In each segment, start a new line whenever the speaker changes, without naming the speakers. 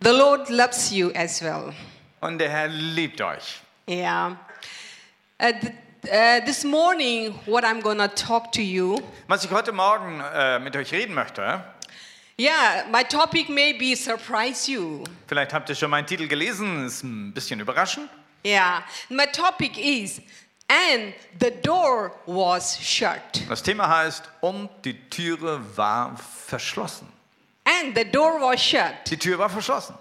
The Lord loves you as well.
Und der Herr liebt euch.
Yeah. Uh, th- uh, this morning, what I'm going to talk to you,
Was ich heute Morgen äh, mit euch reden möchte,
yeah, my topic may be surprise you.
vielleicht habt ihr schon meinen Titel gelesen, ist ein bisschen überraschend.
Yeah. My topic is, and the door was shut.
Das Thema heißt, und die Türe war verschlossen.
And the door was shut.
Die Tür war verschlossen.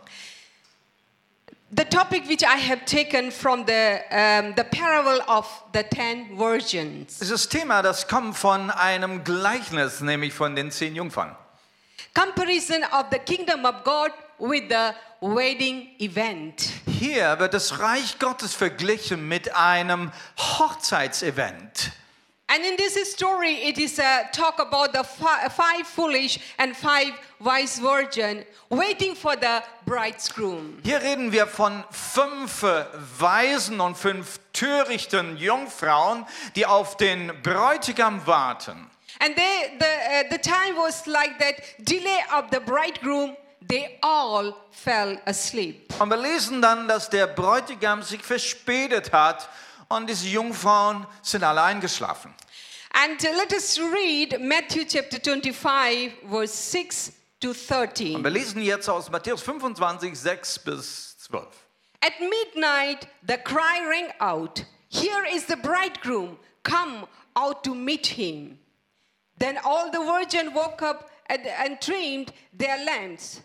The topic which I have taken from the, um, the parable of the ten virgins.
Dieses Thema, das kommt von einem Gleichnis, nämlich von den zehn Jungfern.
Comparison of the kingdom of God with the wedding event.
Hier wird das Reich Gottes verglichen mit einem Hochzeitsevent.
And in this story, it is a talk about the fi- five foolish and five wise virgin waiting for the bridegroom.
Hier reden wir von fünf äh, Weisen und fünf törichten Jungfrauen, die auf den Bräutigam warten.
And they, the, uh, the time was like that delay of the bridegroom, they all fell asleep.
Und wir lesen dann, dass der Bräutigam sich verspätet hat und diese Jungfrauen sind alle eingeschlafen.
And uh, let us read Matthew chapter 25, verse 6 to 13.
Und wir lesen jetzt aus Matthäus 25, 6 bis 12.
At midnight, the cry rang out, Here is the bridegroom, come out to meet him. Then all the virgins woke up and, and trimmed their lamps.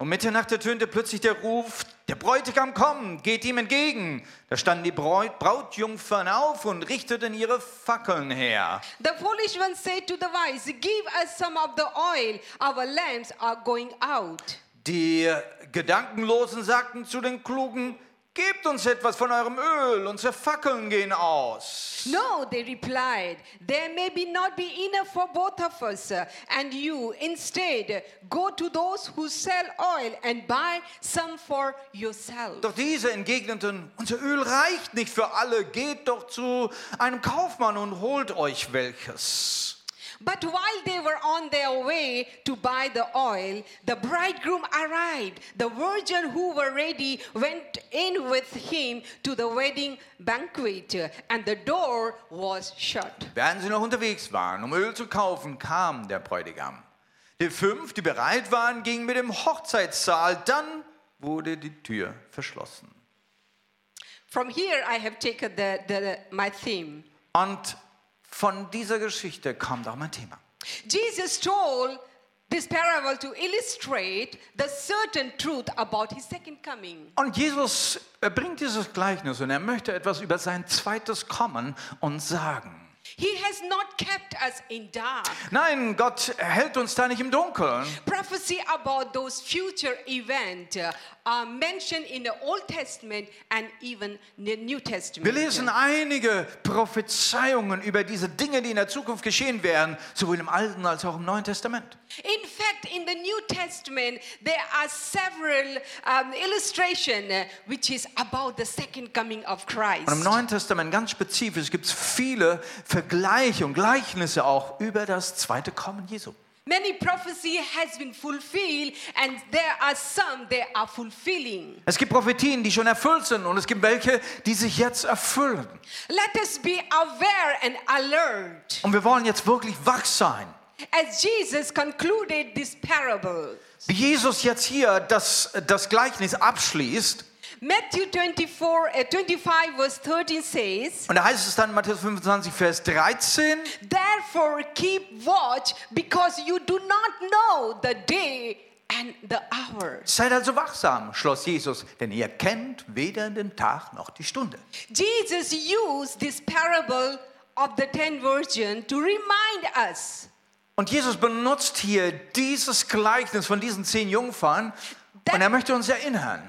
Um Mitternacht ertönte plötzlich der Ruf, der Bräutigam kommt, geht ihm entgegen. Da standen die Bräut Brautjungfern auf und richteten ihre Fackeln her.
The foolish ones said to the wise, Give us some of the oil, our lamps are going out.
Die Gedankenlosen sagten zu den Klugen, gebt uns etwas von eurem Öl, unsere Fackeln gehen aus.
No, they replied, There may be not be enough for both of us uh, and you. Instead, go to those who sell oil and buy some for yourself.
Doch diese entgegneten, unser Öl reicht nicht für alle, geht doch zu einem Kaufmann und holt euch welches.
But while they were on their way to buy the oil, the bridegroom arrived. The virgin who were ready went in with him to the wedding banquet, and the door was shut.
Während sie noch unterwegs waren, um Öl zu kaufen, kam der Bräutigam. Die fünf, die bereit waren, gingen mit dem Hochzeitssaal, dann wurde die Tür verschlossen.
From here, I have taken the, the, my theme.
Und von dieser Geschichte kommt auch mein Thema.
Jesus told this parable to illustrate the certain truth about his second coming.
Und Jesus er bringt dieses Gleichnis und er möchte etwas über sein zweites Kommen uns sagen.
He has not kept us in dark.
Nein, Gott hält uns da nicht im Dunkeln.
Prophecy about those future events are mentioned in the Old Testament and even the New
Wir
Testament.
lesen einige Prophezeiungen über diese Dinge, die in der Zukunft geschehen werden, sowohl im Alten als auch im Neuen Testament.
In fact, in the New Testament, there are several um, illustrations which is about the second coming of Christ.
Und im Neuen Testament ganz spezifisch gibt es viele Vergleiche und Gleichnisse auch über das zweite Kommen Jesu.
Many prophecy has been fulfilled, and there are some that are fulfilling.
Es gibt Prophetien, die schon erfüllt sind und es gibt welche, die sich jetzt erfüllen.
Let us be aware and alert
Und wir wollen jetzt wirklich wach sein.
as Jesus concluded this parable.
Wie Jesus jetzt hier das, das Gleichnis abschließt,
Matthew 24, uh, 25, verse 13 says,
und da heißt es dann in Matthäus 25, Vers 13,
Therefore keep watch, because you do not know the day and the hour.
Seid also wachsam, schloss Jesus, denn ihr kennt weder den Tag noch die Stunde.
Jesus used this parable of the ten virgins to remind us
Und Jesus benutzt hier dieses Gleichnis von diesen zehn Jungfern
Da-
und er möchte uns erinnern,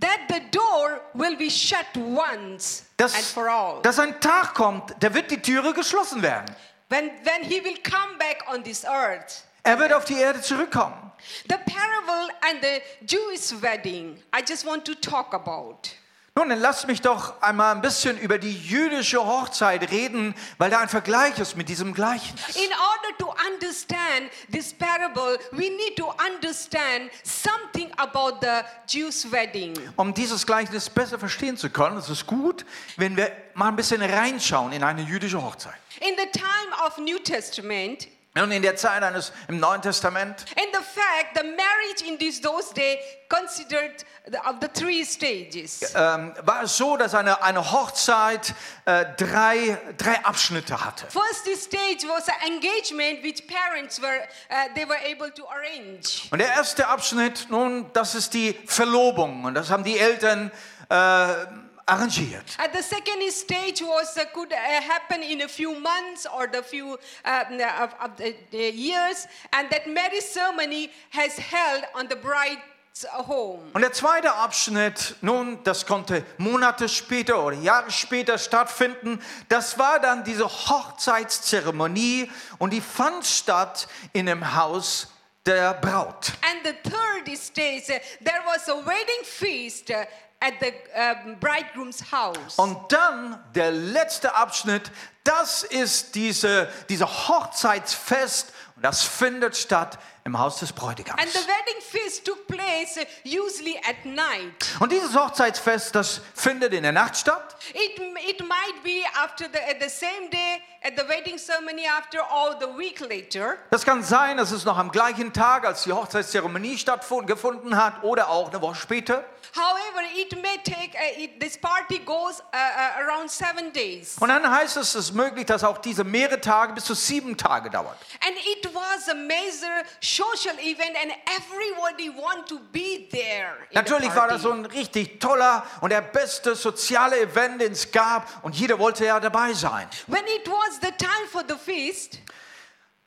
that the door will be shut once and
dass,
for all.
dass ein Tag kommt, da wird die Türe geschlossen werden.
When, when he will come back on this earth.
Er wird auf die Erde zurückkommen.
The parable and the Jewish wedding, I just want to talk about.
Nun, dann lasst mich doch einmal ein bisschen über die jüdische Hochzeit reden, weil da ein Vergleich ist mit diesem Gleichnis.
In order to understand this parable, we need to understand something about the Jews' wedding.
Um dieses Gleichnis besser verstehen zu können, ist es gut, wenn wir mal ein bisschen reinschauen in eine jüdische Hochzeit.
In the time of New Testament,
Nun, in der Zeit eines im Neuen Testament
and the fact the marriage in these those days considered the, of the three stages.
ähm, war es so, dass eine, eine Hochzeit äh, drei, drei Abschnitte hatte.
First stage was an engagement which parents were uh, they were able to arrange.
Und der erste Abschnitt, nun, das ist die Verlobung. Und das haben die Eltern äh, arrangiert.
At the second stage was uh, could uh, happen in a few months or the few uh, of, of the, the years, and that marriage ceremony has held on the bride's home.
Und der zweite Abschnitt, nun, das konnte Monate später oder Jahre später stattfinden. Das war dann diese Hochzeitszeremonie und die fand statt in dem Haus der Braut.
And the third stage, uh, there was a wedding feast uh, at the um, bridegroom's house.
Und dann der letzte Abschnitt, das ist diese, diese Hochzeitsfest und das findet statt im Haus des Bräutigams.
and the wedding feast took place uh, usually at night.
Und dieses Hochzeitsfest, das findet in der Nacht statt.
It, it might be after the, at the same day at the wedding ceremony after or the week later.
Das kann sein, dass es noch am gleichen Tag, als die Hochzeitszeremonie stattgefunden hat, oder auch eine Woche später.
However, it may take, uh, it, this party goes uh, uh, around seven days.
Und dann heißt es, es ist möglich, dass auch diese mehrere Tage bis zu sieben Tage dauert.
And it was a major social event, and everybody want to be there. in the
Natürlich war
party.
das so ein richtig toller und der beste soziale Event, den es gab. Und jeder wollte ja dabei sein.
When it was the time for the feast,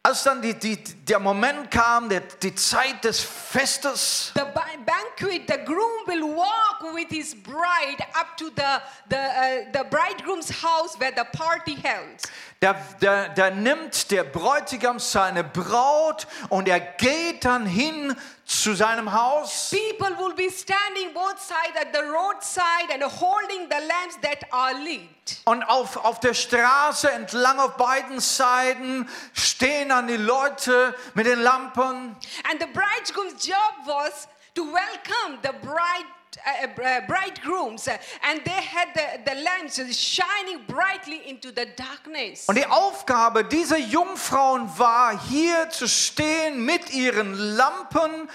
Als dann die, die, der Moment kam, der, die Zeit des Festes,
the ba- banquet, the groom will walk with his bride up to the, the, uh, the bridegroom's house where the party held.
da, da, da nimmt der Bräutigam seine Braut und er geht dann hin zu seinem Haus.
People will be standing both sides at the roadside and holding the lamps that are lit.
Und auf, auf der Straße entlang auf beiden Seiten stehen dann die Leute mit den Lampen.
And the bridegroom's job was to welcome the bride. Uh, uh, bridegrooms uh, and they had the, the lamps shining brightly into the darkness
Und die Aufgabe dieser Jungfrauen war, hier zu stehen mit ihren Lampen,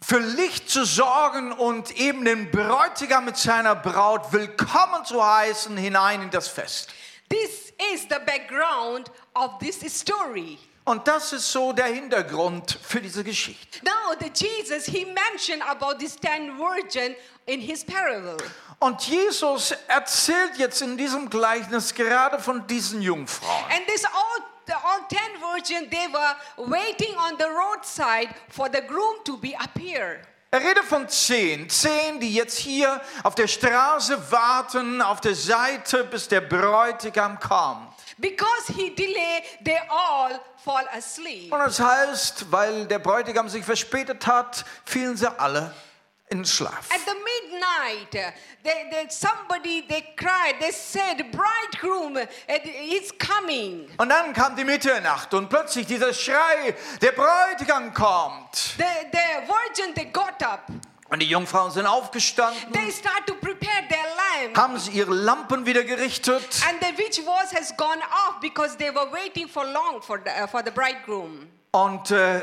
für Licht zu sorgen und eben den Bräutigam mit seiner Braut willkommen zu heißen hinein in das Fest.
this is the background of this story
Und das ist so der Hintergrund für diese Geschichte.
now the jesus he mentioned about this ten virgin in his parable
Und Jesus erzählt jetzt in diesem Gleichnis gerade von diesen Jungfrauen.
and this all the all ten virgin they were waiting on the roadside for the groom to be appear
Er redet von zehn. Zehn, die jetzt hier auf der Straße warten, auf der Seite, bis der Bräutigam kommt.
because he delay they all fall asleep
Und das heißt, weil der Bräutigam sich verspätet hat, fielen sie alle in den Schlaf.
At the midnight, uh, they, they, somebody they cried. They said, "Bridegroom uh, is coming."
Und dann kam die Mitternacht und plötzlich dieser Schrei, der Bräutigam kommt.
The, the virgin they got up.
Und die Jungfrauen sind aufgestanden,
They start to prepare their lamb,
haben sie ihre Lampen wieder gerichtet.
and the witch was has gone off because they were waiting for long for the uh, for the bridegroom.
Und äh,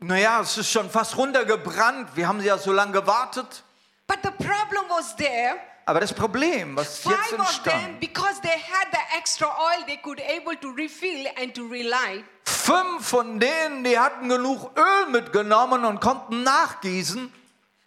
naja, es ist schon fast runtergebrannt. Wir haben sie ja so lange gewartet.
But the problem was there.
Aber das Problem, was jetzt
Five of them,
entstand,
because they had the extra oil, they could able to refill and to relight.
fünf von denen, die hatten genug Öl mitgenommen und konnten nachgießen.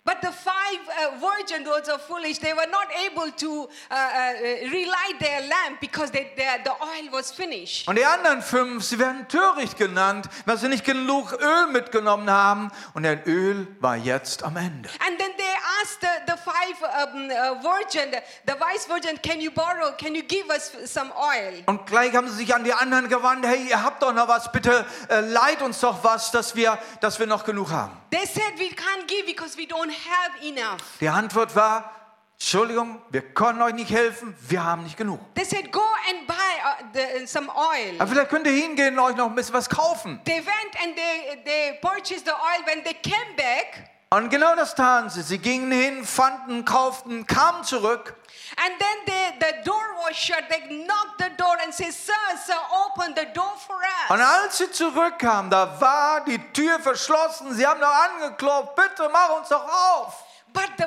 But the five uh, virgin those are foolish. They were not able to uh, uh, relight their lamp because they, their, the oil was finished.
Und die anderen fünf, sie werden töricht genannt, weil sie nicht genug Öl mitgenommen haben. Und das Öl war jetzt am Ende.
And then they asked the, the five um, uh, virgin, the, the vice virgin, can you borrow, can you give us some oil?
Und gleich haben sie sich an die anderen gewandt, hey, ihr habt doch noch was, bitte äh, leiht uns doch was, dass wir, dass wir noch genug haben.
They said, we can't give because we don't have enough.
Die Antwort war, Entschuldigung, wir können euch nicht helfen, wir haben nicht genug.
They said, Go and buy uh, the, some oil.
Aber vielleicht könnt ihr hingehen und euch noch ein bisschen was kaufen.
They went and they, they purchased the oil. When they came back,
Und genau das taten sie. Sie gingen hin, fanden, kauften, kamen zurück.
and then they, the door was shut. They knocked the door and said, Sir, sir, open the door for
Und
us.
als sie zurückkamen, da war die Tür verschlossen. Sie haben noch angeklopft, bitte mach uns doch auf.
But the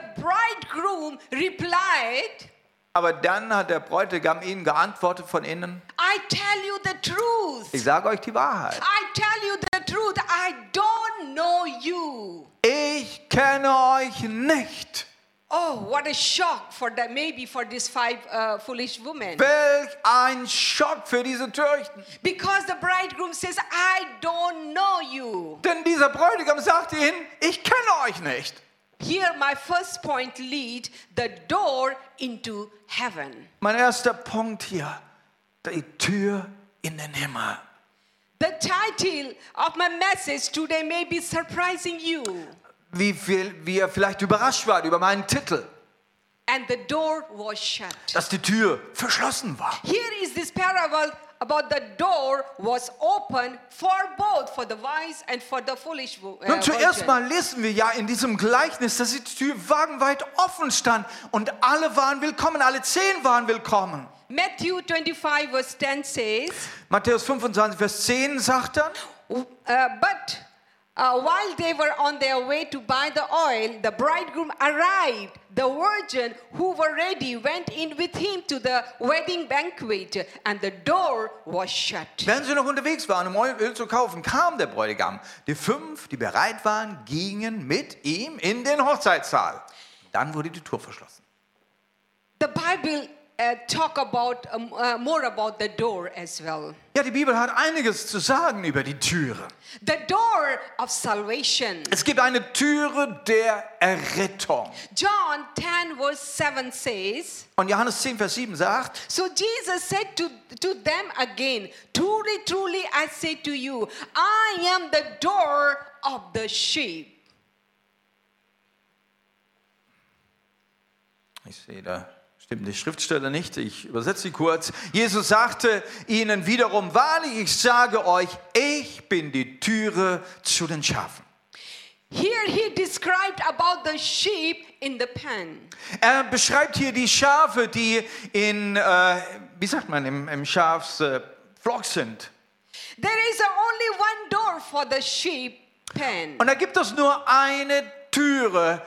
bridegroom replied,
Aber dann hat der Bräutigam ihnen geantwortet von innen,
I tell you the
ich
truth.
sage euch die Wahrheit.
I tell you the truth. I don't know you.
Ich kenne euch nicht.
Oh, what a shock for that, maybe for these five uh, foolish women.
Welch ein Schock für diese Türchen.
Because the bridegroom says, I don't know you.
Denn dieser Bräutigam sagte ihnen, ich kenne euch nicht.
Here, my first point lead the door into heaven.
Mein erster Punkt hier, die Tür in den Himmel.
The title of my message today may be surprising you.
Wie, viel, wie ihr vielleicht überrascht wart über meinen Titel,
And the door was shut.
dass die Tür verschlossen war.
Here is this parable about the door was open for both, for the wise and for the foolish. wo- Uh,
Nun zuerst
virgin.
mal lesen wir ja in diesem Gleichnis, dass die Tür wagenweit offen stand und alle waren willkommen, alle zehn waren willkommen.
Matthew 25, verse 10 says,
Matthäus 25, Vers 10 sagt dann,
Uh, but uh, while they were on their way to buy the oil, the bridegroom arrived. The virgin who were ready went in with him to the wedding banquet, and the door was shut.
Während sie noch unterwegs waren, um Öl zu kaufen, kam der Bräutigam. Die fünf, die bereit waren, gingen mit ihm in den Hochzeitssaal. Dann wurde die Tür verschlossen.
The Bible uh, talk about um, uh, more about the door as well.
Ja, die Bibel hat einiges zu sagen über die Türe.
The door of salvation.
Es gibt eine Türe der Errettung.
John 10 verse 7 says,
Und Johannes 10, Vers 7 sagt,
So Jesus said to, to them again, Truly, truly, I say to you, I am the door of the sheep.
Ich sehe, da stimmt die Schriftstelle nicht. Ich übersetze sie kurz. Jesus sagte ihnen wiederum, wahrlich, ich sage euch, ich bin die Türe zu den Schafen.
Here he described about the sheep in the pen.
Er beschreibt hier die Schafe, die in, äh, wie sagt man, im, im Schafsflock äh, Flock sind.
There is only one door for the sheep pen.
Und da gibt es nur eine Türe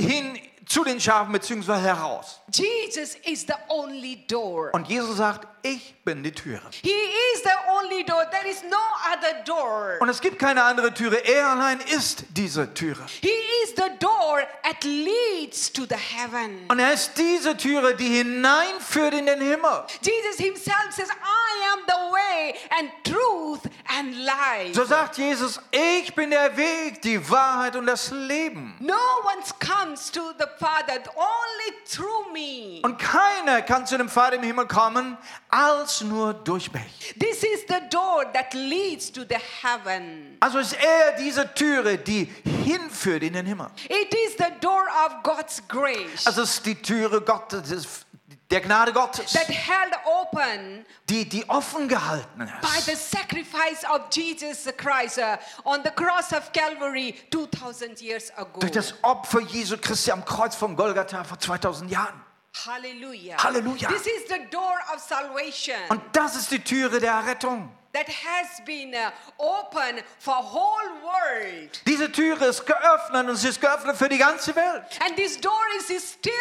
hin zu den Schafen beziehungsweise heraus.
Jesus is the only door.
Und Jesus sagt, ich bin die Türe.
He is the only door. There is no other door.
Und es gibt keine andere Türe. Er allein ist diese Türe.
He is the door that leads to the heaven.
Und er ist diese Türe, die hineinführt in den Himmel.
Jesus himself says, I am the way and truth and life.
So sagt Jesus, ich bin der Weg, die Wahrheit und das Leben.
no one comes to the Father only through me.
Und keiner kann zu dem Vater im Himmel kommen, als nur durch mich.
This is the door that leads to the heaven.
Also ist er diese Türe, die hinführt in den Himmel.
It is the door of God's grace
Also es ist die Türe Gottes, der Gnade Gottes,
that held open
die, die offen gehalten
by the
ist.
sacrifice of Jesus Christ uh, on the cross of Calvary 2000 years ago.
Durch das Opfer Jesu Christi am Kreuz von Golgatha vor 2000 Jahren.
Hallelujah.
Hallelujah.
This is the door of salvation.
Und das ist die Türe der Errettung.
that has been uh, open for whole world
Diese Türe ist geöffnet und sie ist geöffnet für die ganze Welt.
and this door is, is still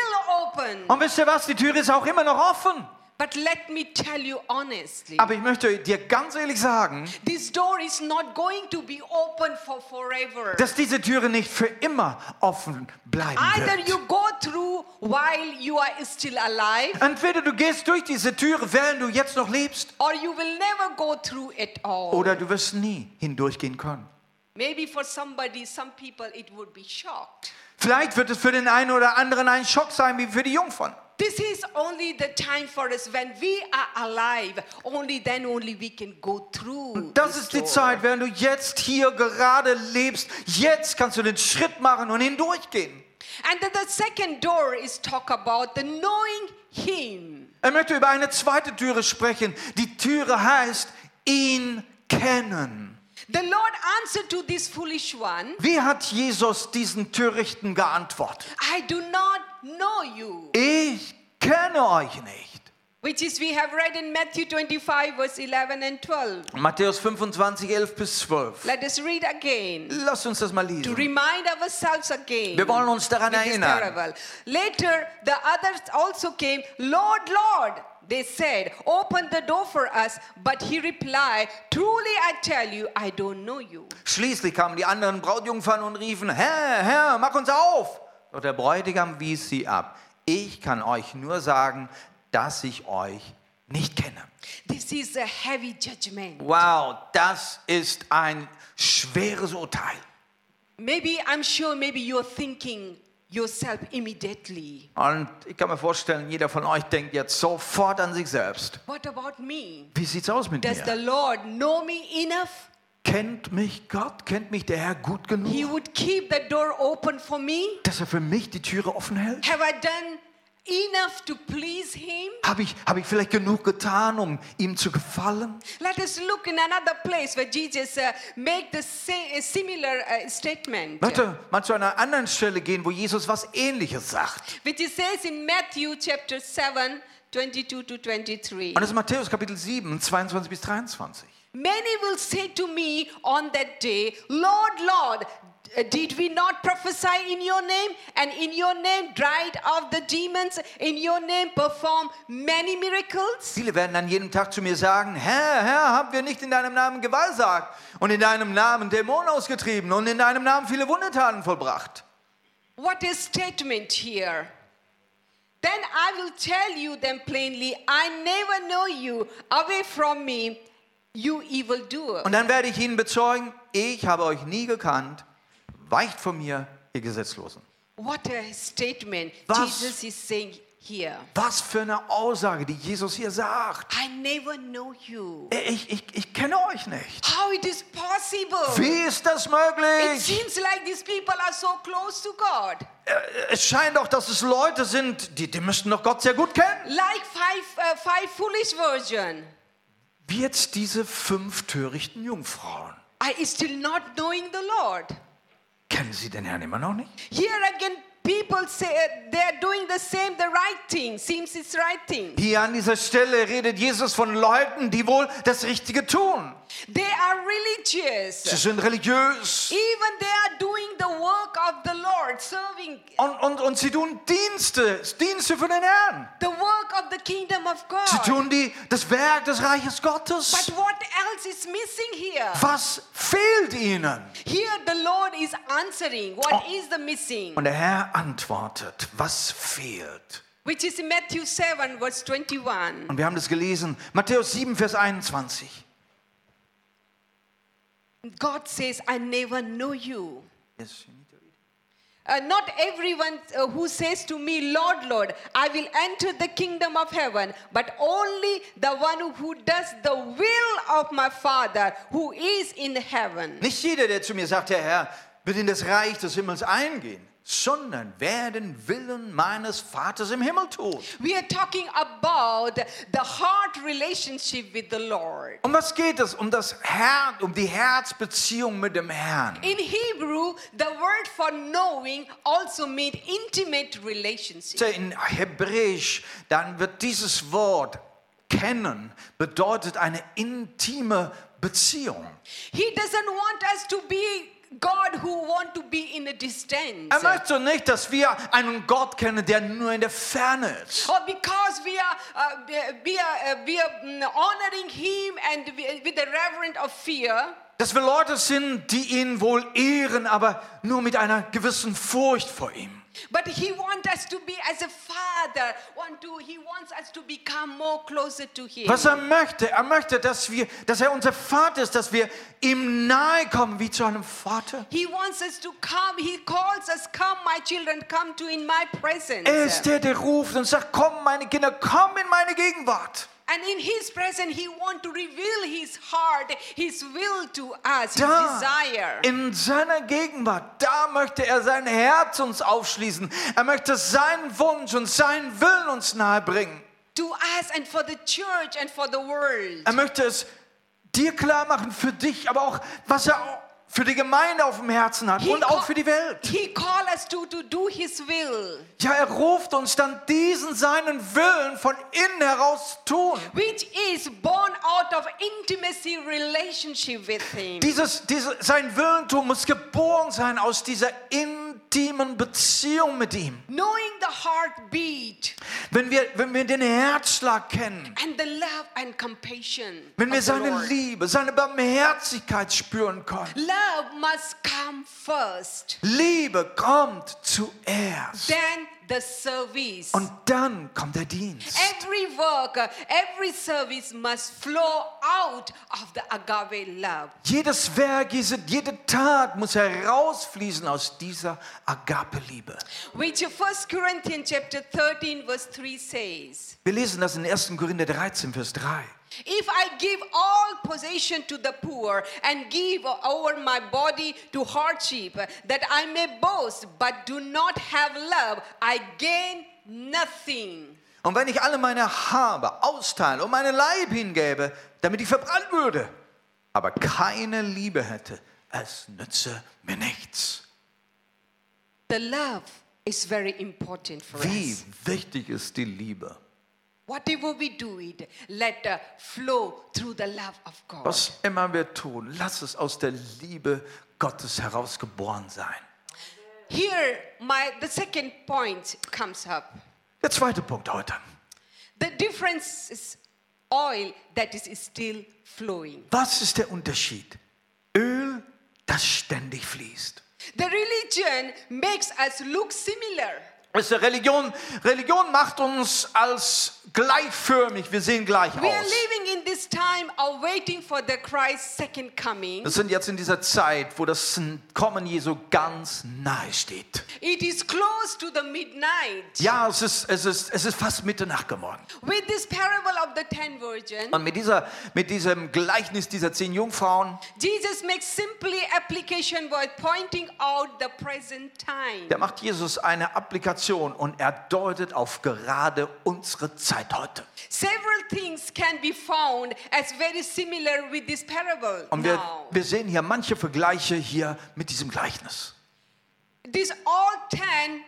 open
Und wisst ihr was, die Türe ist auch immer noch offen.
but let me tell you honestly
Aber ich möchte dir ganz ehrlich sagen,
this door is not going to be open for forever
dass diese Türe nicht für immer offen bleiben
either
wird.
you go through while you are still alive
Entweder du gehst durch diese Türe, während du jetzt noch lebst,
or you will never go through at all
oder du wirst nie hindurchgehen können.
maybe for somebody some people it would be shocked
Vielleicht wird es für den einen oder anderen ein Schock sein, wie für die Jungfern.
this is only the time for us when we are alive only then only we can go through
Das
this
ist die
door.
Zeit, während du jetzt hier gerade lebst. Jetzt kannst du den Schritt machen und hindurchgehen.
And then the second door is talk about the knowing him.
Er möchte über eine zweite Türe sprechen. Die Türe heißt ihn kennen.
The Lord answered to this foolish one,
Wie hat Jesus diesen Törichten geantwortet?
I do not know you.
Ich kenne euch nicht.
Which is we have read in Matthew 25, verse 11 and 12.
Matthäus 25, 11 bis 12.
Let us read again
Lass uns das mal
to
lesen.
remind ourselves again.
Wir wollen uns daran
with this
erinnern.
parable. Later, the others also came, Lord, Lord. They said, Open the door for us. But he replied, Truly I tell you, I don't know you.
Schließlich kamen die anderen Brautjungfern und riefen, Herr, Herr, mach uns auf. Doch der Bräutigam wies sie ab. Ich kann euch nur sagen, dass ich euch nicht kenne.
This is a heavy judgment.
Wow, das ist ein schweres Urteil.
Maybe I'm sure maybe you're thinking yourself immediately.
Und ich kann mir vorstellen, jeder von euch denkt jetzt sofort an sich selbst.
What about me?
Wie sieht's aus mit
Does the
mir?
Lord know me enough?
Kennt mich Gott? Kennt mich der Herr gut
He
genug,
would keep the door open for me?
dass er für mich die Türe offen hält?
Have I done enough to please him?
Habe ich, hab ich vielleicht genug getan, um ihm zu gefallen?
Let us look in another place where Jesus uh, make the sa- a similar uh, statement.
Leute, mal zu einer anderen Stelle gehen, wo Jesus was Ähnliches sagt.
Which it says in Matthew chapter 7, 22 to 23.
Und das ist Matthäus Kapitel 7, 22 bis 23.
Many will say to me on that day, Lord, Lord, uh, did we not prophesy in your name? And in your name dried out the demons, in your name perform many miracles?
Viele werden an jedem Tag zu mir sagen, Herr, Herr, haben wir nicht in deinem Namen Gewaltsagt und in deinem Namen Dämonen ausgetrieben und in deinem Namen viele Wundertaten vollbracht?
What a statement here. Then I will tell you them plainly, I never know you. Away from me, you evildoer.
Und dann werde ich ihnen bezeugen, ich habe euch nie gekannt, weicht von mir, ihr Gesetzlosen.
What a statement
Was-
Jesus is saying here.
Was für eine Aussage, die Jesus hier sagt.
I never know you.
Ich, ich, ich kenne euch nicht.
How it is possible?
Wie ist das
It
möglich?
seems like these people are so close to God.
Äh, Es scheint doch, dass es Leute sind, die, die müssten doch Gott sehr gut kennen.
Like five, uh, five foolish virgin.
Wie jetzt diese fünf törichten Jungfrauen.
I still not knowing the Lord.
Kennen sie den Herrn immer noch nicht?
Here again, people say uh, they are doing the same, the right thing. Seems it's right thing.
Hier an dieser Stelle redet Jesus von Leuten, die wohl das Richtige tun.
They are
Sie
religious.
sind religiös
Even they are doing the work of the Lord, serving
und, und, und sie tun Dienste, Dienste für den Herrn.
the work of the kingdom of
Sie
God.
tun die, das Werk des Reiches
But
Gottes.
what else is missing here?
Was fehlt ihnen?
Here the Lord is answering. What is the missing?
Und der Herr antwortet, was fehlt?
Which is in Matthew 7, verse 21.
Und wir haben das gelesen, Matthäus 7, Vers 21.
God says, I never know you. Uh, not everyone uh, who says to me, Lord, Lord, I will enter the kingdom of heaven, but only the one who does the will of my Father who is in heaven.
Nicht jeder, der zu mir sagt, Herr Herr, wird in das Reich des Himmels eingehen, sondern wer den Willen meines Vaters im Himmel tut.
We are talking about the heart relationship with the Lord.
Um was geht es? Um das Herz, um die Herzbeziehung mit dem Herrn.
In Hebrew, the word for knowing also means intimate relationship.
In Hebräisch, dann wird dieses Wort kennen, bedeutet eine intime Beziehung.
He doesn't want us to be God who want to be in a distance.
Er möchte nicht, dass wir einen Gott kennen, der nur in der Ferne ist.
Or because we are, uh, we are, uh, we are mm, honoring him and we, with the reverent of fear.
Dass wir Leute sind, die ihn wohl ehren, aber nur mit einer gewissen Furcht vor ihm.
But he wants us to be as a father. Want to, he wants us to become more closer to him.
Was er möchte, er möchte, dass, wir, dass er unser Vater ist, dass wir ihm nahe kommen wie zu einem Vater.
He wants us to come. He calls us, come, my children, come to in my presence.
Er ist der, der ruft und sagt, komm meine Kinder, komm in meine Gegenwart.
And in his presence, he wants to reveal his heart, his will to us, his
Da,
desire.
in seiner Gegenwart, da möchte er sein Herz uns aufschließen. Er möchte seinen Wunsch und seinen Willen uns nahebringen.
to us and for the church and for the world.
Er möchte es dir klar machen, für dich, aber auch, was er für die Gemeinde auf dem Herzen hat
He
und auch
ca-
für die Welt.
He called us to, to do His will,
Ja, er ruft uns dann diesen seinen Willen von innen heraus zu tun.
which is born out of intimacy relationship with Him.
Dieses, diese, sein Willentum muss geboren sein aus dieser intimen Beziehung mit ihm.
Knowing the heartbeat
Wenn wir, wenn wir den Herzschlag kennen,
and the love and compassion.
wenn wir
of the
seine
Lord.
Liebe, seine Barmherzigkeit spüren können.
Love must come first,
Liebe kommt zuerst
then the service.
und dann kommt der Dienst.
Every work, uh, every service must flow out of the agave love.
Jedes Werk, jede, jede Tat muss herausfließen aus dieser Agape-Liebe.
Which 1 Corinthians chapter 13 verse 3 says,
Wir lesen das in 1. Korinther 13, Vers 3.
If I give all possession to the poor and give over my body to hardship, that I may boast, but do not have love, I gain nothing.
Und wenn ich alle meine Habe austeile und meinen Leib hingäbe, damit ich verbrannt würde, aber keine Liebe hätte, es nütze mir nichts.
The love is very important for
Wie
us.
wichtig ist die Liebe?
Whatever we do it, let uh, flow through the love of God.
Was immer wir tun, lass es aus der Liebe Gottes herausgeboren sein.
Here, my the second point comes up.
Der zweite Punkt heute.
The difference is oil that is still flowing.
Was ist der Unterschied? Öl, das ständig fließt.
The religion makes us look similar.
Weißt du, Religion, Religion macht uns als gleichförmig. Wir sehen gleich
We are
aus.
living in this time of waiting for the Christ's second coming.
Wir sind jetzt in dieser Zeit, wo das Kommen Jesu ganz nahe steht.
It is close to the midnight.
Ja, es ist, es ist, es ist fast Mitternacht geworden.
With this parable of the ten virgins,
Und mit, dieser, mit diesem Gleichnis dieser zehn Jungfrauen,
Jesus makes simply application by pointing out the present time.
der macht Jesus eine Applikation und er deutet auf gerade unsere Zeit heute.
Several things can be found as very similar with this parable.
Und wir,
now.
wir sehen hier manche Vergleiche hier mit diesem Gleichnis.
This all ten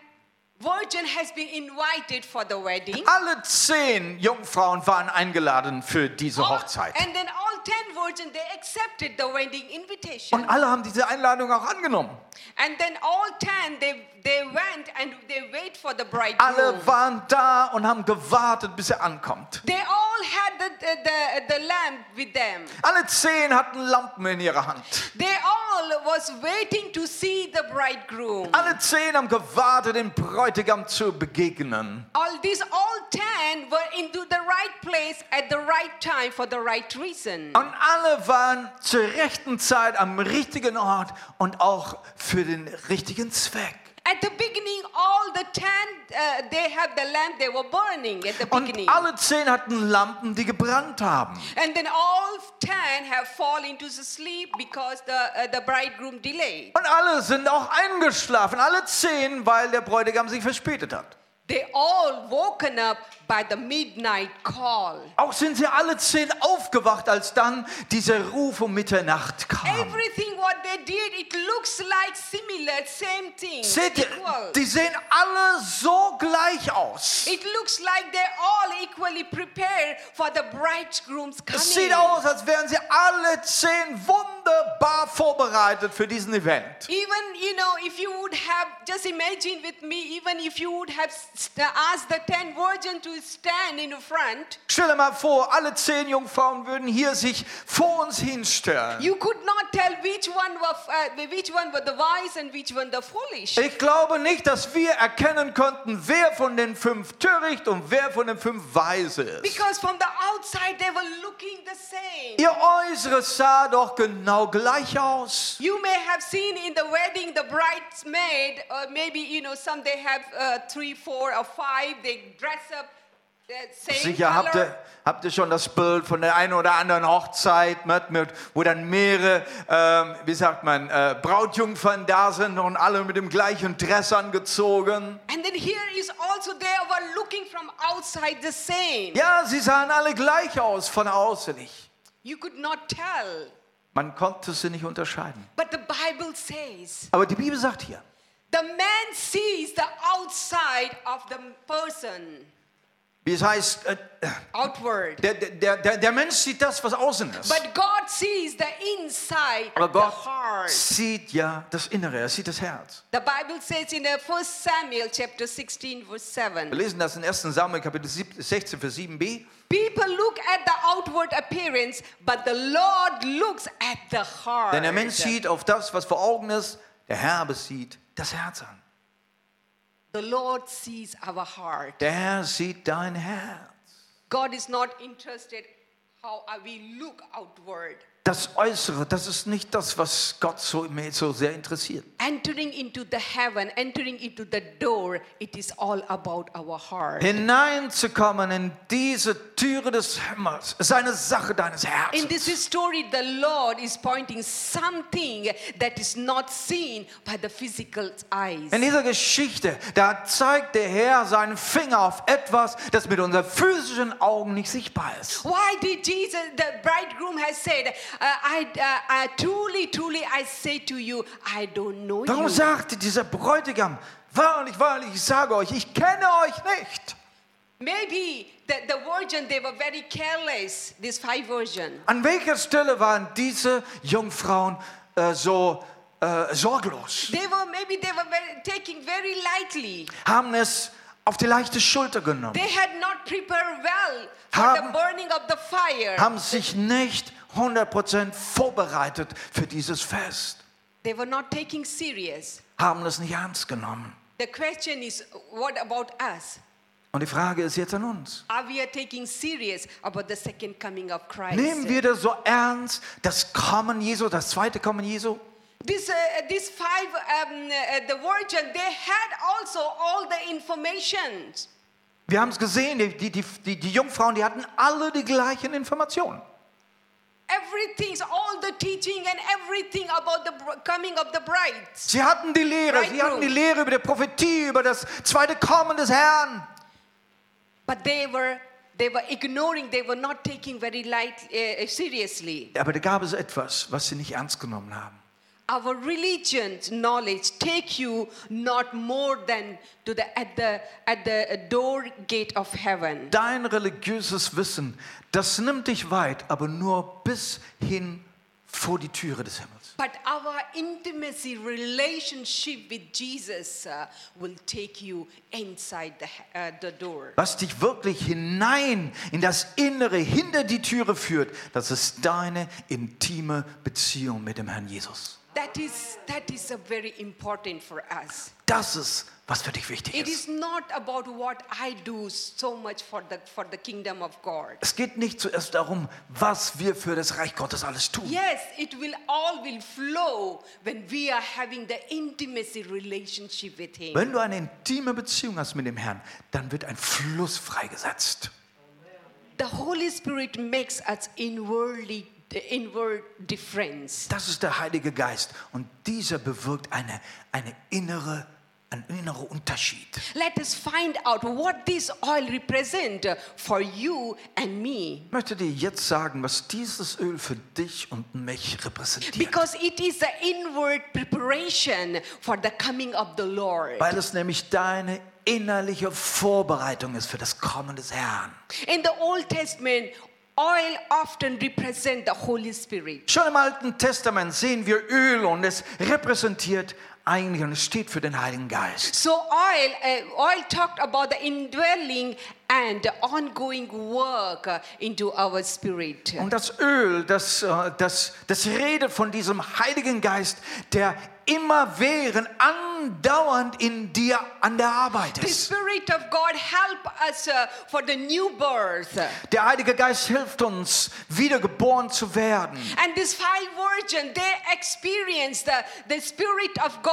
virgin has been invited for the wedding.
Alle zehn Jungfrauen waren eingeladen für diese
All-
Hochzeit.
and then all ten virgin they accepted the wedding invitation.
Und alle haben diese Einladung auch angenommen.
and then all ten they they went and they wait for the bridegroom.
Alle waren da und haben gewartet, bis er ankommt.
they all had the, the, the, the lamp with them.
Alle zehn hatten Lampen in ihrer Hand.
They all was waiting to see the bridegroom.
Alle zehn haben gewartet, dem Bräutigam zu begegnen.
all these all ten were into the right place at the right time for the right reason.
Und alle waren zur rechten Zeit am richtigen Ort und auch für den richtigen Zweck.
At the beginning, all the ten, uh, they have the lamp they were burning at the beginning.
Und alle zehn hatten Lampen, die gebrannt haben.
and then all ten have fallen into the sleep because the, uh, the bridegroom delayed.
Und alle sind auch eingeschlafen, alle zehn, weil der Bräutigam sich verspätet hat.
They all woken up by the midnight call.
Auch sind sie alle zehn aufgewacht, als dann dieser Ruf um Mitternacht kam.
Everything what they did, it looks like similar, same thing,
Seht ihr,
equal.
die sehen alle so gleich aus.
It looks like they all equally prepared for the bridegroom's coming.
Es sieht aus, als wären sie alle zehn wunderbar vorbereitet für diesen Event.
Even, you know, if you would have, just imagine with me, even if you would have st- asked the ten virgins to stand in front,
Stell dir mal vor, alle zehn Jungfrauen würden hier sich vor uns hinstellen.
you could not tell which one were, f- uh, which one were the wise and which one the foolish.
Ich glaube nicht, dass wir erkennen könnten, wer von den fünf töricht und wer von den fünf weise ist.
Because from the outside they were looking the same.
Ihr Äußeres sah doch genau gleich aus.
You may have seen in the wedding the uh, bridesmaid, or maybe, you know, some they have uh, three, four, or five, they dress up the same
Sicher habt
color.
ihr, habt ihr schon das Bild von der einen oder anderen Hochzeit, mit, mit, wo dann mehrere, ähm, wie sagt man, äh, Brautjungfern da sind und alle mit dem gleichen Dress angezogen.
And then here is also they were looking from outside the same.
Ja, sie sahen alle gleich aus von außen. nicht.
You could not tell.
Man konnte sie nicht unterscheiden.
But the Bible says
Aber die Bibel sagt hier,
the man sees the outside of the person,
wie es heißt, äh,
outward.
der, der, der, der Mensch sieht das, was außen ist.
But God sees the inside,
Aber
the
Gott
heart.
sieht ja das Innere, er sieht das Herz.
The Bible says in uh, 1 Samuel chapter 16 verse
Wir
7.
lesen das in 1. Samuel Kapitel 7, 16 Vers 7b.
People look at the outward appearance, but the Lord looks at the heart.
Denn der Mensch sieht auf das, was vor Augen ist, der Herr besieht das Herz an.
The Lord sees our heart.
Der Herr sieht dein Herz.
God is not interested how are we look outward.
Das Äußere, das ist nicht das, was Gott so, mir so sehr interessiert.
Entering into the heaven, entering into the door, it is all about our heart.
Hineinzukommen in diese Türe des Himmels ist eine Sache deines
In
Herzens.
this story, the Lord is pointing something that is not seen by the physical eyes.
In dieser Geschichte, da zeigt der Herr seinen Finger auf etwas, das mit unseren physischen Augen nicht sichtbar ist.
Why did Jesus, the bridegroom, has said, uh, I, uh, uh, truly, truly, I say to you, I don't know
Warum
you.
sagte dieser Bräutigam, wahrlich, wahrlich, ich sage euch, ich kenne euch nicht.
Maybe the, the virgin, they were very careless, these five virgins.
An welcher Stelle waren diese Jungfrauen äh, so äh, sorglos?
They were maybe they were very, taking very lightly.
Haben es auf die leichte Schulter genommen,
They had not prepared well for
Haben-
the burning of the fire.
haben sich nicht 100% vorbereitet für dieses Fest,
They were not taking serious.
haben es nicht ernst genommen.
The question is, what about us?
Und die Frage ist jetzt an uns.
Are we taking serious about the second coming of Christ?
Nehmen wir das so ernst, das Kommen Jesu, das zweite Kommen Jesu?
This, uh, these five, um, uh, the virgin, they had also all the information.
Wir haben es gesehen, die, die, die, die, die Jungfrauen, die hatten alle die gleichen Informationen.
Everything, all the teaching and everything about the br- coming of the bride.
Sie hatten die Lehre, sie hatten die Lehre über die Prophetie, über das zweite Kommen des Herrn.
But they were they were ignoring. They were not taking very light uh, seriously.
Aber da gab es etwas, was sie nicht ernst genommen haben.
Our religion's knowledge take you not more than to the at the at the door gate of heaven.
Dein religiöses Wissen, das nimmt dich weit, aber nur bis hin vor die Türe des Himmels.
But our intimacy relationship with Jesus uh, will take you inside the, he- uh, the door.
Was dich wirklich hinein in das Innere, hinter die Türe führt, das ist deine intime Beziehung mit dem Herrn Jesus.
That is that is a very important for us.
Das ist, was für dich wichtig
It is
ist.
not about what I do so much for the for the kingdom of God.
Es geht nicht zuerst darum, was wir für das Reich Gottes alles tun.
Yes, it will all will flow when we are having the intimacy relationship with Him.
Wenn du eine intime Beziehung hast mit dem Herrn, dann wird ein Fluss freigesetzt.
The Holy Spirit makes us inwardly inward difference.
Das ist der Heilige Geist und dieser bewirkt eine, eine innere, einen inneren Unterschied.
Let us find out what this oil represent for you and me.
Ich möchte dir jetzt sagen, was dieses Öl für dich und mich repräsentiert.
Because it is the inward preparation for the coming of the Lord.
Weil es nämlich deine innerliche Vorbereitung ist für das Kommen des Herrn.
In the Old Testament, oil often represent the Holy Spirit.
Schon im Alten Testament sehen wir Öl und es repräsentiert eigentlich und es steht für den Heiligen Geist.
So oil, uh, oil talked about the indwelling and the ongoing work uh, into our spirit.
Und das Öl, das, äh, das, das redet von diesem Heiligen Geist, der immerwährend, andauernd in dir an der Arbeit
The
ist.
Spirit of God help us uh, for the new birth.
Der Heilige Geist hilft uns, wiedergeboren zu werden.
And these five virgins, they experienced the, the Spirit of God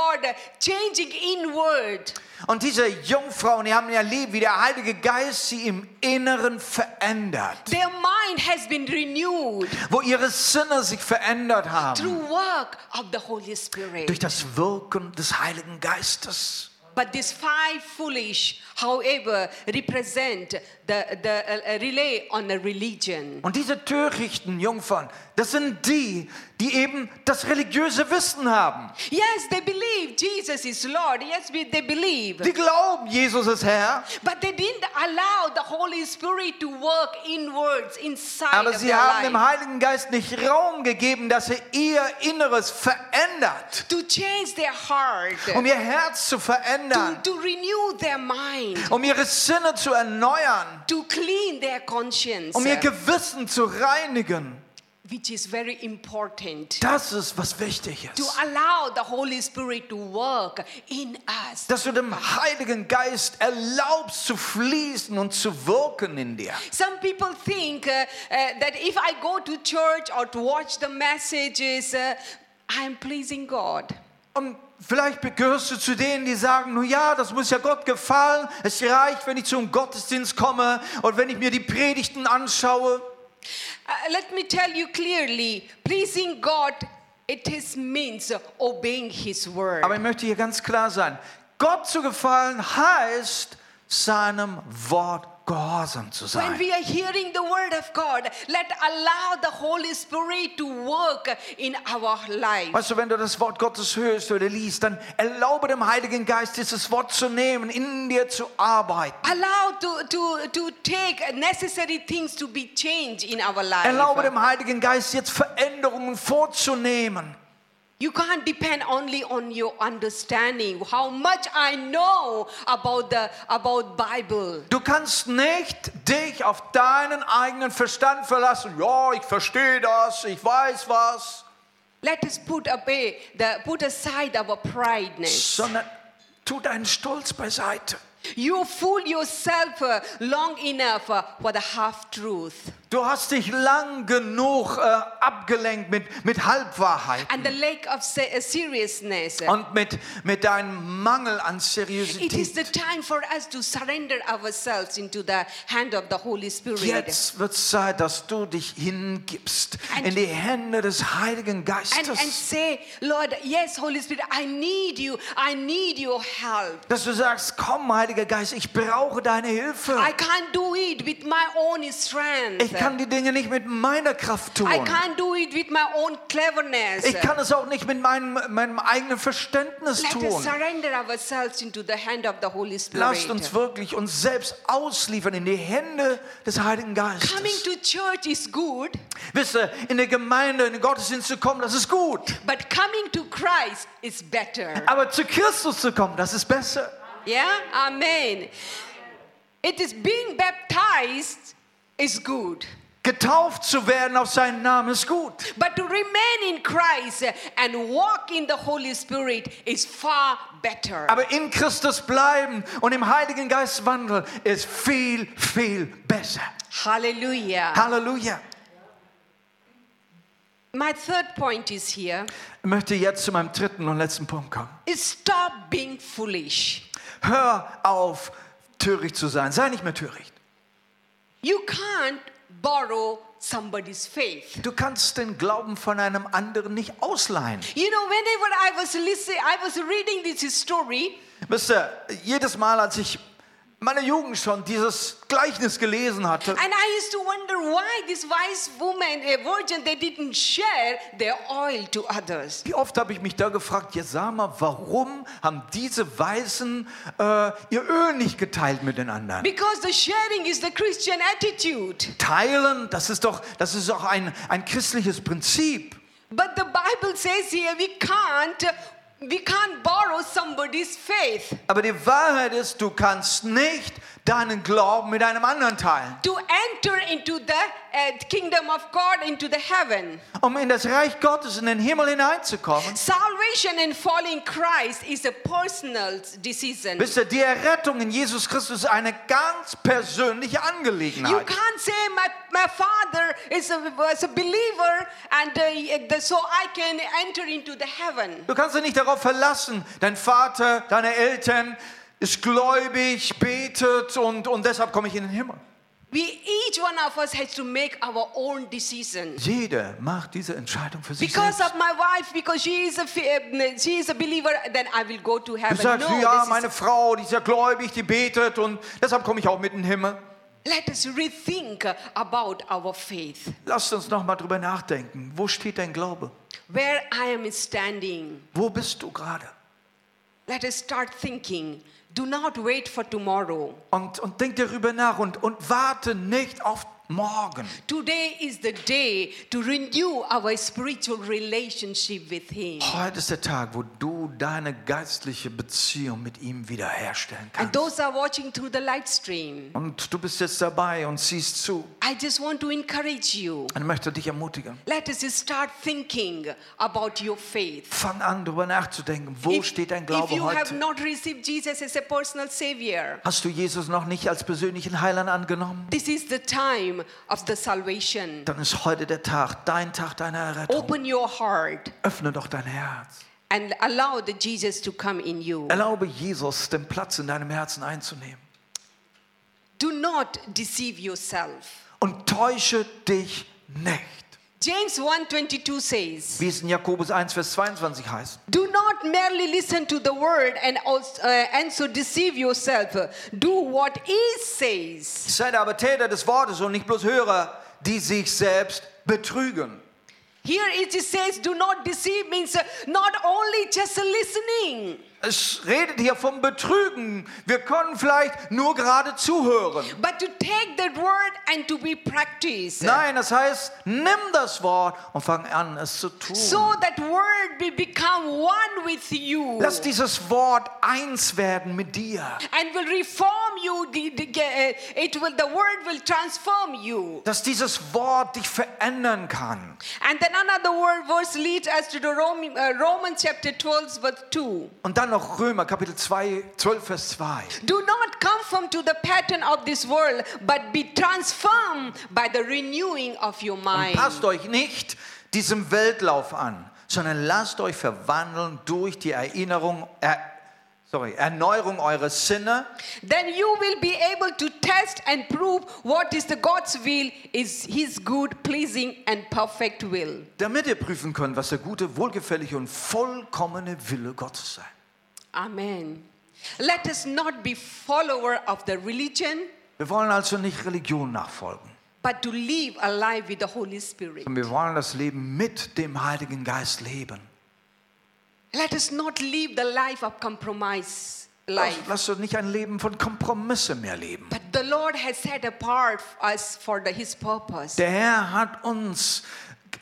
changing inward.
Und diese Jungfrauen, die haben ja lieb, wie der Heilige Geist sie im Inneren verändert,
Their mind has been renewed
wo ihre Sinne sich verändert haben
through work of the Holy Spirit.
durch das Wirken des Heiligen Geistes.
But these five foolish, however, represent the, the uh, uh, relay on a religion.
Und diese törichten Jungfern, das sind die, die eben das religiöse Wissen haben.
Yes, they believe Jesus is Lord. Yes, we- they believe.
Die glauben, Jesus ist Herr,
But they didn't allow the Holy Spirit to work inwards, inside
aber
of
sie
their
haben
life.
dem Heiligen Geist nicht Raum gegeben, dass er ihr Inneres verändert,
to change their heart,
um ihr Herz zu
to,
verändern,
to renew their mind,
um ihre Sinne zu erneuern,
to clean their conscience,
um ihr Gewissen zu reinigen.
which is very important.
Das ist, was wichtig
To
ist.
allow the Holy Spirit to work in us.
Dass du dem Heiligen Geist erlaubst zu fließen und zu wirken in dir.
Some people think uh, uh, that if I go to church or to watch the messages, uh, I'm pleasing God.
Und vielleicht gehörst du zu denen, die sagen, nun ja, das muss ja Gott gefallen. Es reicht, wenn ich zum Gottesdienst komme und wenn ich mir die Predigten anschaue.
Uh, let me tell you clearly pleasing God, it is means obeying His word.
Aber ich möchte hier ganz klar sein. Gott zu gefallen heißt, seinem Wort gehorsam zu
When
sein.
we are hearing the word of God, let allow the Holy Spirit to work in our life.
Weißt du, wenn du das Wort Gottes hörst oder liest, dann erlaube dem Heiligen Geist, dieses Wort zu nehmen, in dir zu arbeiten.
Allow to, to, to take necessary things to be changed in our
Erlaube
life.
dem Heiligen Geist, jetzt Veränderungen vorzunehmen.
You can't depend only on your understanding, how much I know about the about Bible.
Du kannst nicht dich auf deinen eigenen Verstand verlassen. Ja, ich verstehe das, ich weiß was.
Let us put away the put aside our prideness.
Sondern tu deinen Stolz beiseite.
You fool yourself uh, long enough uh, for the half truth.
Du hast dich lang genug äh, abgelenkt mit, mit Halbwahrheit
and the lack of se- seriousness.
und mit, mit deinem Mangel an
Also, It is the
Seriosität.
time for us to surrender ourselves into the hand of the Holy Spirit.
Jetzt wird es Zeit, dass du dich hingibst
And-
in die Hände des Heiligen
And, and
Geistes.
say, Lord, yes, Holy Spirit, I need you. I need your help.
Dass du sagst, komm, Heiliger Geist, ich brauche deine Hilfe.
I can't do it with my own strength.
Ich kann die Dinge nicht mit meiner Kraft tun.
I can't do it with my own cleverness.
Ich kann es auch nicht mit meinem, meinem eigenen Verständnis
Let us
tun.
surrender ourselves into the hand of the Holy
Lasst
Spirit.
uns wirklich uns selbst ausliefern in die Hände des
Coming
Heiligen Geistes.
to church is good,
Wisst ihr, in der Gemeinde, in den Gottesdienst zu kommen, das ist gut.
but coming to Christ is better.
Aber zu Christus zu kommen, das ist besser.
Yeah, amen. It is being baptized is good,
Getauft zu werden auf seinen Namen ist gut.
but to remain in Christ and walk in the Holy Spirit is far better.
Aber in Christus bleiben und im Heiligen Geist wandeln ist viel, viel besser.
Hallelujah.
Halleluja.
My third point is here
Ich möchte jetzt zu meinem dritten und letzten Punkt kommen.
is stop being foolish.
Hör auf, töricht zu sein. Sei nicht mehr töricht.
You can't borrow somebody's faith.
Du kannst den Glauben von einem anderen nicht ausleihen.
You know, whenever I was listening, I was reading this story,
Wisst ihr, jedes Mal, als ich meine Jugend schon dieses Gleichnis gelesen hatte,
and I used to wonder why this wise woman, a virgin, they didn't share their oil to others.
wie oft habe ich mich da gefragt, jetzt sag mal, warum haben diese Weißen äh, ihr Öl nicht geteilt mit den anderen?
Because the sharing is the Christian attitude.
Teilen, das ist doch, das ist doch ein, ein christliches Prinzip.
But the Bible says here we can't we can't borrow somebody's faith.
Aber die Wahrheit ist, du kannst nicht deinen Glauben mit einem anderen teilen.
To enter into the uh, kingdom of God, into the heaven.
Um in das Reich Gottes, in den Himmel hineinzukommen,
Salvation and following Christ is a personal decision.
Wisst ihr, die Errettung in Jesus Christus ist eine ganz persönliche
You
Angelegenheit.
can't say my, my father is a, was a believer and uh, the, so I can enter into the heaven.
Du kannst dich nicht darauf verlassen, dein Vater, deine Eltern, ist gläubig, betet und, und deshalb komme ich in den Himmel.
We each one of us has to make our own decision.
Jeder macht diese Entscheidung für sich
Because
selbst.
of my wife, because she is a fe- uh, she is a believer, then I will go to
Du
heaven.
sagst,
no,
ja,
this
meine
is,
Frau, die ist ja gläubig, die betet und deshalb komme ich auch mit in den Himmel.
let us rethink about our faith.
Lasst uns nochmal drüber nachdenken. Wo steht dein Glaube?
Where I am standing,
Wo bist du gerade?
let us start thinking. Do not wait for tomorrow.
Und, und denk darüber nach und, und warte nicht auf morgen.
Today is the day to renew our spiritual relationship with Him.
Heute ist der Tag, wo du deine geistliche Beziehung mit ihm wiederherstellen
And
kannst.
those are watching through the live stream,
Und du bist jetzt dabei und siehst zu.
I just want to encourage you.
Und möchte dich ermutigen.
Let us start thinking about your faith.
Fang an, darüber nachzudenken. Wo
If-
steht dein
If
Glaube
you have
heute?
not received Jesus as a personal savior,
Hast du Jesus noch nicht als persönlichen Heiland angenommen?
this is the time of the salvation.
Dann ist heute der Tag, dein Tag deiner Errettung.
Open your heart
Öffne doch dein Herz.
and allow the Jesus to come in you.
Erlaube Jesus, den Platz in deinem Herzen einzunehmen.
Do not deceive yourself.
Und täusche dich nicht.
James 1:22 says,
Wie es in Jakobus 1, Vers 22 heißt.
"Do not merely listen to the word and also, uh, and so deceive yourself. Do what he says."
Seid aber Täter des Wortes und nicht bloß Hörer, die sich selbst betrügen.
Here it says, "Do not deceive" means uh, not only just listening.
Es redet hier vom Betrügen. Wir können vielleicht nur gerade zuhören.
But to take that word and to be practiced.
Nein, das heißt, nimm das Wort und fang an, es zu tun.
So that word will become one with you
Lass dieses Wort eins werden mit dir.
and will reform you. The, the, uh, it will, the word will transform you.
Dass dieses Wort dich verändern kann.
And then another word verse leads us to the Rom, uh, Romans chapter 12, verse 2.
Und dann noch Römer, Kapitel 2, 12, Vers 2.
Do not conform to the pattern of this world, but be transformed by the renewing of your mind.
Passt euch nicht diesem Weltlauf an, sondern lasst euch verwandeln durch die Erinnerung, er, sorry, Erneuerung eures Sinne,
Then you will be able to test and prove what is the God's will is his good, pleasing and perfect will.
damit ihr prüfen könnt, was der gute, wohlgefällige und vollkommene Wille Gottes sei.
Amen. Let us not be follower of the religion,
Wir wollen also nicht Religion nachfolgen,
but to live alive with the Holy Spirit.
sondern wir wollen das Leben mit dem Heiligen Geist leben.
Let us not live the life of compromise life.
Lasst uns nicht ein Leben von Kompromisse mehr leben.
But the Lord has set apart us for the, his purpose.
Der Herr hat uns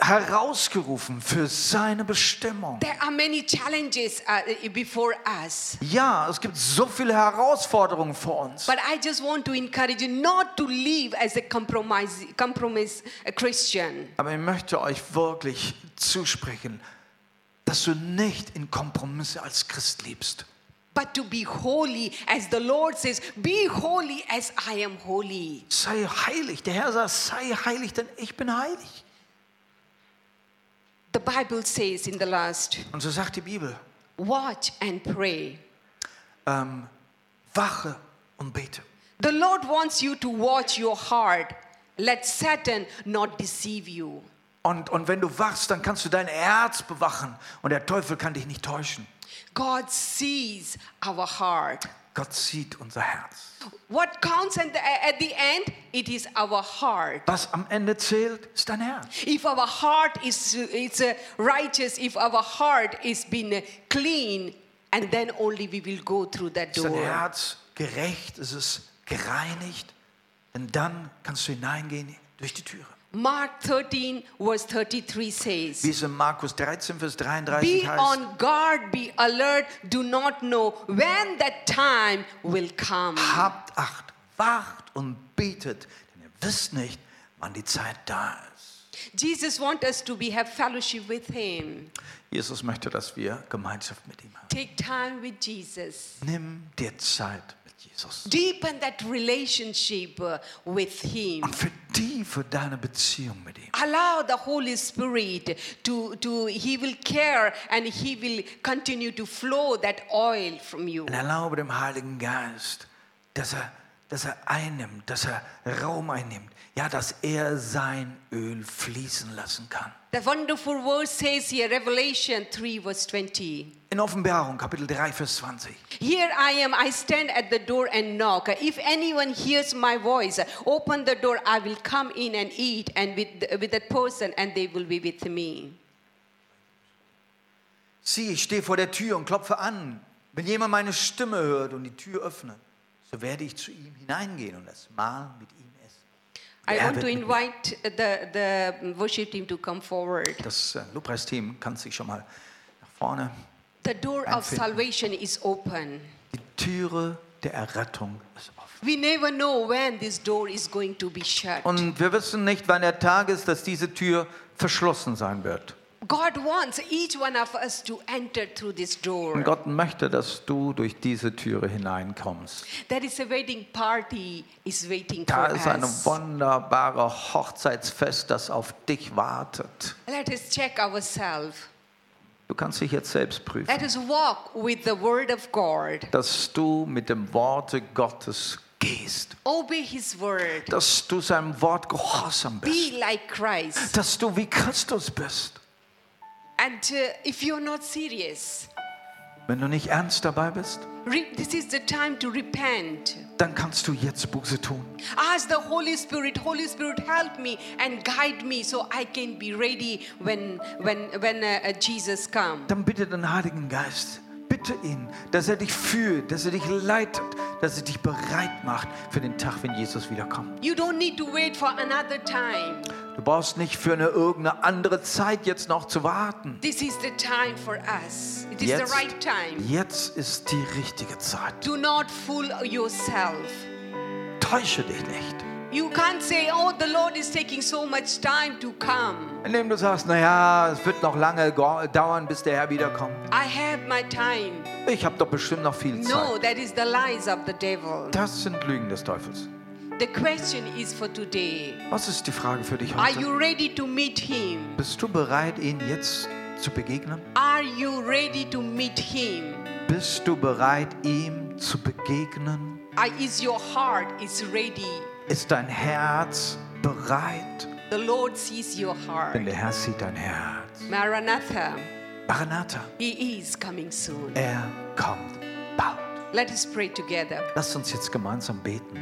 herausgerufen für seine Bestimmung.
There are many challenges uh, before us.
Ja, es gibt so viele Herausforderungen vor uns.
But I just want to encourage you not to live as a compromise, compromise a Christian.
Aber ich möchte euch wirklich zusprechen, dass du nicht in Kompromisse als Christ lebst,
But to be holy, as the Lord says, be holy as I am holy.
Sei heilig. Der Herr sagt, sei heilig, denn ich bin heilig.
The Bible says in the last,
Und so sagt die Bibel,
watch and pray.
ähm, wache und bete.
The Lord wants you to watch your heart. Let Satan not deceive you.
Und, und wenn du wachst, dann kannst du dein Herz bewachen und der Teufel kann dich nicht täuschen.
God sees our heart.
Gott sieht unser Herz.
What counts at the, at the end? It is our heart.
Was am Ende zählt, ist dein Herz.
If our heart is it's uh, righteous, if our heart is been uh, clean, and then only we will go through that
Ist dein
door.
Herz gerecht? Ist es gereinigt? Denn dann kannst du hineingehen durch die Türe.
Mark 13, verse 33
Wie
says,
es in Markus 13, Vers 33
Be
heißt.
on guard, be alert, do not know when that time will come.
Habt Acht, wacht und betet, denn ihr wisst nicht, wann die Zeit da ist.
Jesus wants us to be have fellowship with Him.
Jesus möchte, dass wir Gemeinschaft mit ihm haben.
Take time with Jesus.
Nimm dir Zeit mit Jesus.
Deepen that relationship uh, with Him.
Und vertiefe deine Beziehung mit ihm.
Allow the Holy Spirit to, to He will care and He will continue to flow that oil from you.
Und erlaube dem Heiligen Geist, dass er, dass er einnimmt, dass er Raum einnimmt. Ja, dass er sein Öl fließen lassen kann.
The wonderful word says here, Revelation 3, verse 20.
In Offenbarung, Kapitel 3, Vers 20.
Here I am, I stand at the door and knock. If anyone hears my voice, open the door, I will come in and eat and with, with that person, and they will be with me.
Sieh, ich stehe vor der Tür und klopfe an. Wenn jemand meine Stimme hört und die Tür öffnet, so werde ich zu ihm hineingehen und das Mahl mit ihm essen.
I
Yeah,
want
but-
to invite the, the worship team to come forward.
Das äh, Lobpreisteam kann sich schon mal nach vorne.
The door of
Einfinden.
salvation is open.
Die Türe der Errettung ist offen.
We never know when this door is going to be shut.
Und wir wissen nicht, wann der Tag ist, dass diese Tür verschlossen sein wird.
God wants each one of us to enter through this
Und
door.
Gott möchte, dass du durch diese Türe hineinkommst.
There is a wedding party is waiting
Da
for
ist eine
us.
wunderbare Hochzeitsfest, das auf dich wartet.
Let us check ourselves.
Du kannst dich jetzt selbst prüfen,
Let us walk with the word of God.
dass du mit dem Worte Gottes gehst,
Obey his word.
dass du seinem Wort gehorsam bist,
Be like Christ.
dass du wie Christus bist.
And uh, if you're not serious,
Wenn du nicht ernst dabei bist,
re- this is the time to repent.
dann kannst du jetzt Buße tun.
Ask the Holy Spirit, Holy Spirit, help me and guide me so I can be ready when when when uh, uh, Jesus comes.
Dann bitte den Heiligen Geist, bitte ihn, dass er dich fühlt, dass er dich leitet, dass er dich bereit macht für den Tag, wenn Jesus wiederkommt.
You don't need to wait for another time.
Du brauchst nicht für eine irgendeine andere Zeit jetzt noch zu warten.
This is the time for us. It is the
Jetzt,
right time.
jetzt ist die richtige Zeit.
Do not fool yourself.
Täusche dich nicht.
You can't say, "Oh, the Lord is taking so much time to come.
Indem du sagst, naja, es wird noch lange go- dauern, bis der Herr wiederkommt.
I have my time."
Ich habe doch bestimmt noch viel
No,
Zeit.
that is the lies of the devil.
Das sind Lügen des Teufels.
The question is for today.
Was ist die Frage für dich
Are
heute?
you ready to meet him?
Bist du bereit, ihn jetzt zu begegnen?
Are you ready to meet him?
Bist du bereit, ihm zu begegnen?
I, is your heart is ready?
Ist dein Herz bereit?
The Lord sees your
Denn
heart.
der Herr sieht dein Herz.
Maranatha,
Maranatha,
he is coming soon.
er kommt bald.
Let us pray together.
Lass uns jetzt gemeinsam beten.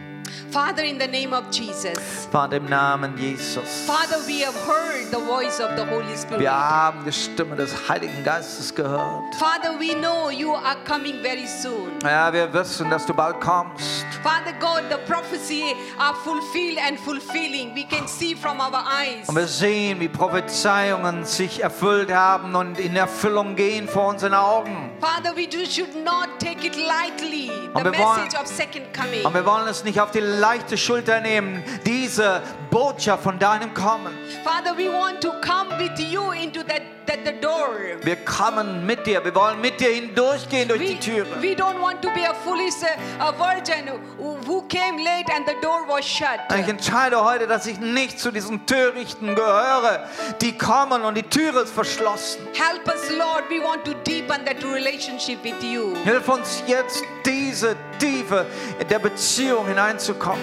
Father, in the name of Jesus,
Vater, im Namen Jesus.
Father, we have heard the voice of the Holy Spirit.
Wir haben die Stimme des Heiligen Geistes gehört.
Father, we know you are coming very soon.
Ja, wir wissen, dass du bald kommst.
Father God, the prophecy are fulfilled and fulfilling. We can see from our eyes.
Und wir sehen, wie Prophezeiungen sich erfüllt haben und in Erfüllung gehen vor unseren Augen.
Father, we do, should not take it lightly. The
Und wir wollen-
message of second coming.
Und wir wollen es nicht auf die leichte Schulter nehmen, diese Botschaft von deinem Kommen.
Father, we want to come with you into that, that the door.
Wir kommen mit dir, wir wollen mit dir hindurchgehen durch
We,
die Türe.
we don't want to be a foolish uh, a virgin who, who came late and the door was shut.
Ich entscheide heute, dass ich nicht zu diesen Törichten gehöre, die kommen und die Türe ist verschlossen.
Help us, Lord. We want to deepen that relationship with you.
Hilf uns jetzt, diese Tiefe der Beziehung hineinzukommen.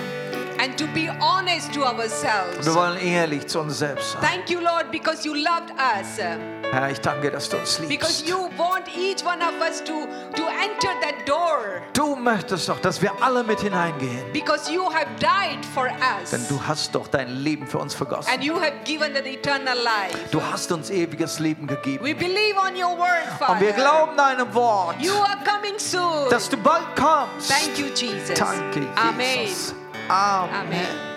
And to be honest to ourselves.
Wir wollen ehrlich zu uns selbst sein.
Thank you, Lord, because you loved us. uh,
Herr, ich danke dir, dass du uns
Because
liebst.
you want each one of us to, to enter that door.
Du möchtest doch, dass wir alle mit hineingehen.
Because you have died for us.
Denn du hast doch dein Leben für uns vergossen.
And you have given an eternal life.
Du hast uns ewiges Leben gegeben.
We believe on your word, Father.
Und wir glauben deinem Wort,
You are coming soon.
dass du bald kommst.
Thank you, Jesus.
Danke,
Amen.
Jesus. Amen.
Amen.